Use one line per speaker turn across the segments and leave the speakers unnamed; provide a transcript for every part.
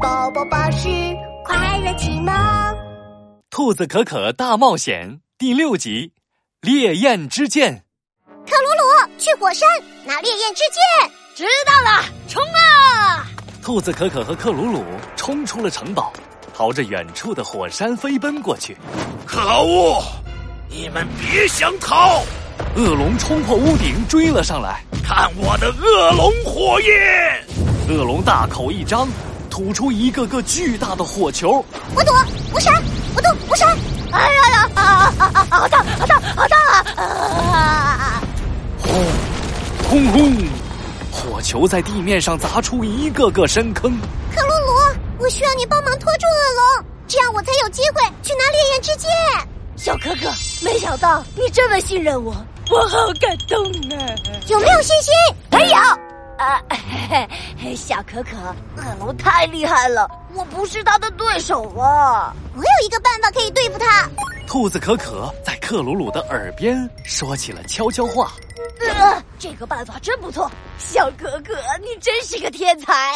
宝宝巴士快乐启蒙。
兔子可可大冒险第六集《烈焰之剑
特鲁鲁去火山拿烈焰之剑，
知道了，冲啊！》。
兔子可可和克鲁鲁冲出了城堡，朝着远处的火山飞奔过去。
可恶！你们别想逃！
恶龙冲破屋顶追了上来，
看我的恶龙火焰！
恶龙大口一张，吐出一个个巨大的火球。
我躲，我闪，我躲，我闪。
哎呀呀，啊啊啊啊！好烫，好烫，好烫啊！啊
轰，轰轰！火球在地面上砸出一个个深坑。
克鲁鲁，我需要你帮忙拖住恶龙，这样我才有机会去拿烈焰之剑。
小可可，没想到你这么信任我，我好感动啊！
有没有信心？
没有，啊，嘿嘿 小可可，恶龙太厉害了，我不是他的对手啊！
我有一个办法可以对付他。
兔子可可在克鲁鲁的耳边说起了悄悄话。
呃，这个办法真不错，小可可，你真是个天才！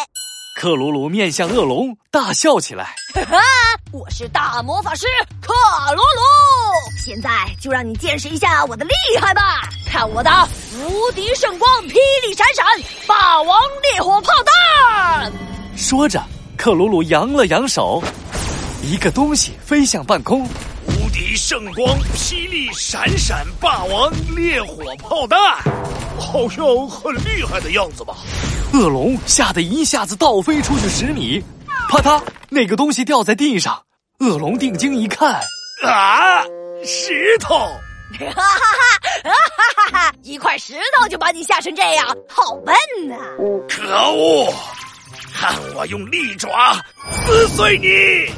克鲁鲁面向恶龙大笑起来。
哈哈，啊我是大魔法师克鲁鲁，现在就让你见识一下我的厉害吧！看我的无敌圣光，霹雳闪闪，霸王烈火炮弹！
说着，克鲁鲁扬了扬手，一个东西飞向半空。
无敌圣光，霹雳闪闪，霸王烈火炮弹，好像很厉害的样子吧？
恶龙吓得一下子倒飞出去十米，啪嗒，那个东西掉在地上。恶龙定睛一看，
啊，石头！
哈哈哈，哈哈哈！一块石头就把你吓成这样，好笨呐、
可恶！看我用利爪撕碎你！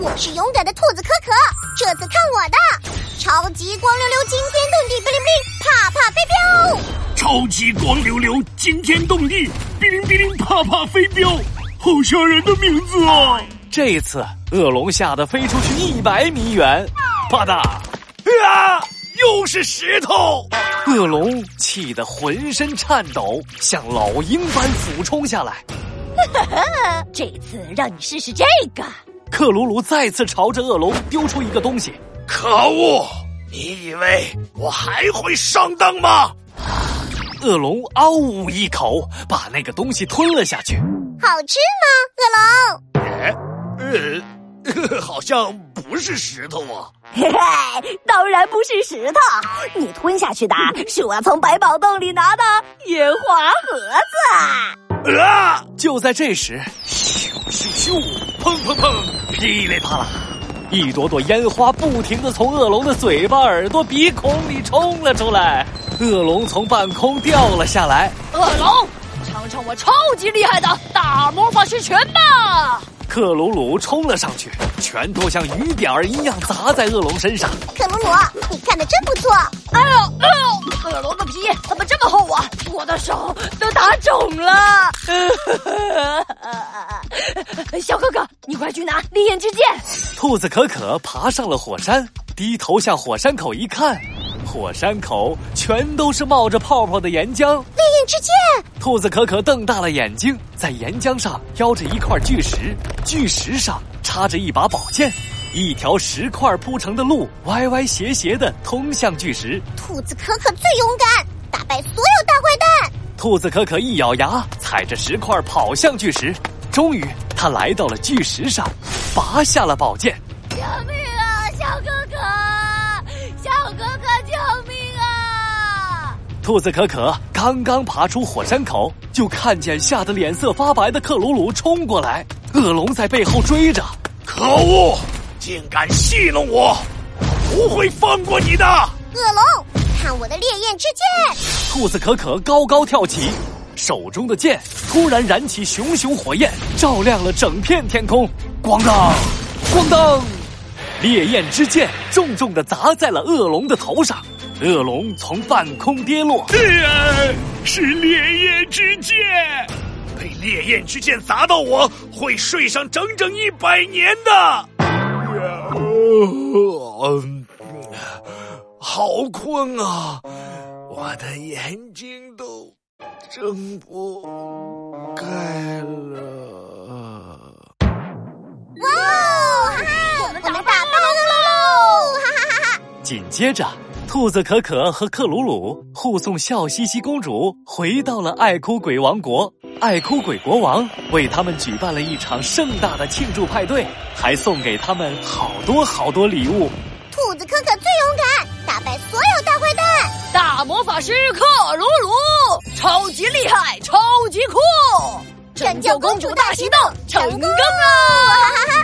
我是勇敢的兔子可可，这次看我的超级光溜溜惊天动地，哔哩哔哩，啪啪飞镖。
超级光溜溜，惊天动地，哔哩哔哩啪啪飞镖，好吓人的名字啊！
这次恶龙吓得飞出去一百米远，啪嗒，
啊，又是石头！
恶龙气得浑身颤抖，像老鹰般俯冲下来。
这次让你试试这个。
克鲁鲁再次朝着恶龙丢出一个东西，
可恶！你以为我还会上当吗？
恶龙嗷呜一口把那个东西吞了下去。
好吃吗，恶龙？
呃， 好像不是石头啊。
嘿嘿，当然不是石头，你吞下去的是我从百宝洞里拿的烟花盒子。
啊！
就在这时，
咻咻，砰砰砰！
噼里啪啦，一朵朵烟花不停地从恶龙的嘴巴、耳朵、鼻孔里冲了出来。恶龙从半空掉了下来，
恶龙，尝尝我超级厉害的大魔法师拳吧！
克鲁鲁冲了上去，拳头像雨点儿一样砸在恶龙身上。
克鲁鲁，你干的真不错。
哎呦哎呦，恶龙的皮怎么这么厚啊？我的手都打肿了。 小哥哥，你快去拿烈焰之剑。
兔子可可爬上了火山，低头向火山口一看，火山口全都是冒着泡泡的岩浆。
烈焰之剑，
兔子可可瞪大了眼睛，在岩浆上压着一块巨石，巨石上插着一把宝剑，一条石块铺成的路歪歪斜斜的通向巨石。
兔子可可最勇敢，打败所有大坏蛋。
兔子可可一咬牙，踩着石块跑向巨石。终于，他来到了巨石上，拔下了宝剑。
救命啊，小哥哥！小哥哥，救命啊！
兔子可可刚刚爬出火山口，就看见吓得脸色发白的克鲁鲁冲过来，恶龙在背后追着。
可恶！竟敢戏弄我！我不会放过你的！
恶龙，看我的烈焰之剑！
兔子可可高高跳起，手中的剑突然燃起熊熊火焰，照亮了整片天空。咣当，咣当，烈焰之剑重重的砸在了恶龙的头上，恶龙从半空跌落。
呃，是烈焰之剑，被烈焰之剑砸到我，会睡上整整一百年的。嗯，好困啊，我的眼睛都睁不开了。
紧接着，兔子可可和克鲁鲁护送笑嘻嘻公主回到了爱哭鬼王国。爱哭鬼国王为他们举办了一场盛大的庆祝派对，还送给他们好多好多礼物。
兔子可可最勇敢，打败所有大坏蛋。
大魔法师克鲁鲁，超级厉害，超级酷！
拯救公主大行动
成
成
功
功
了！
哈哈哈。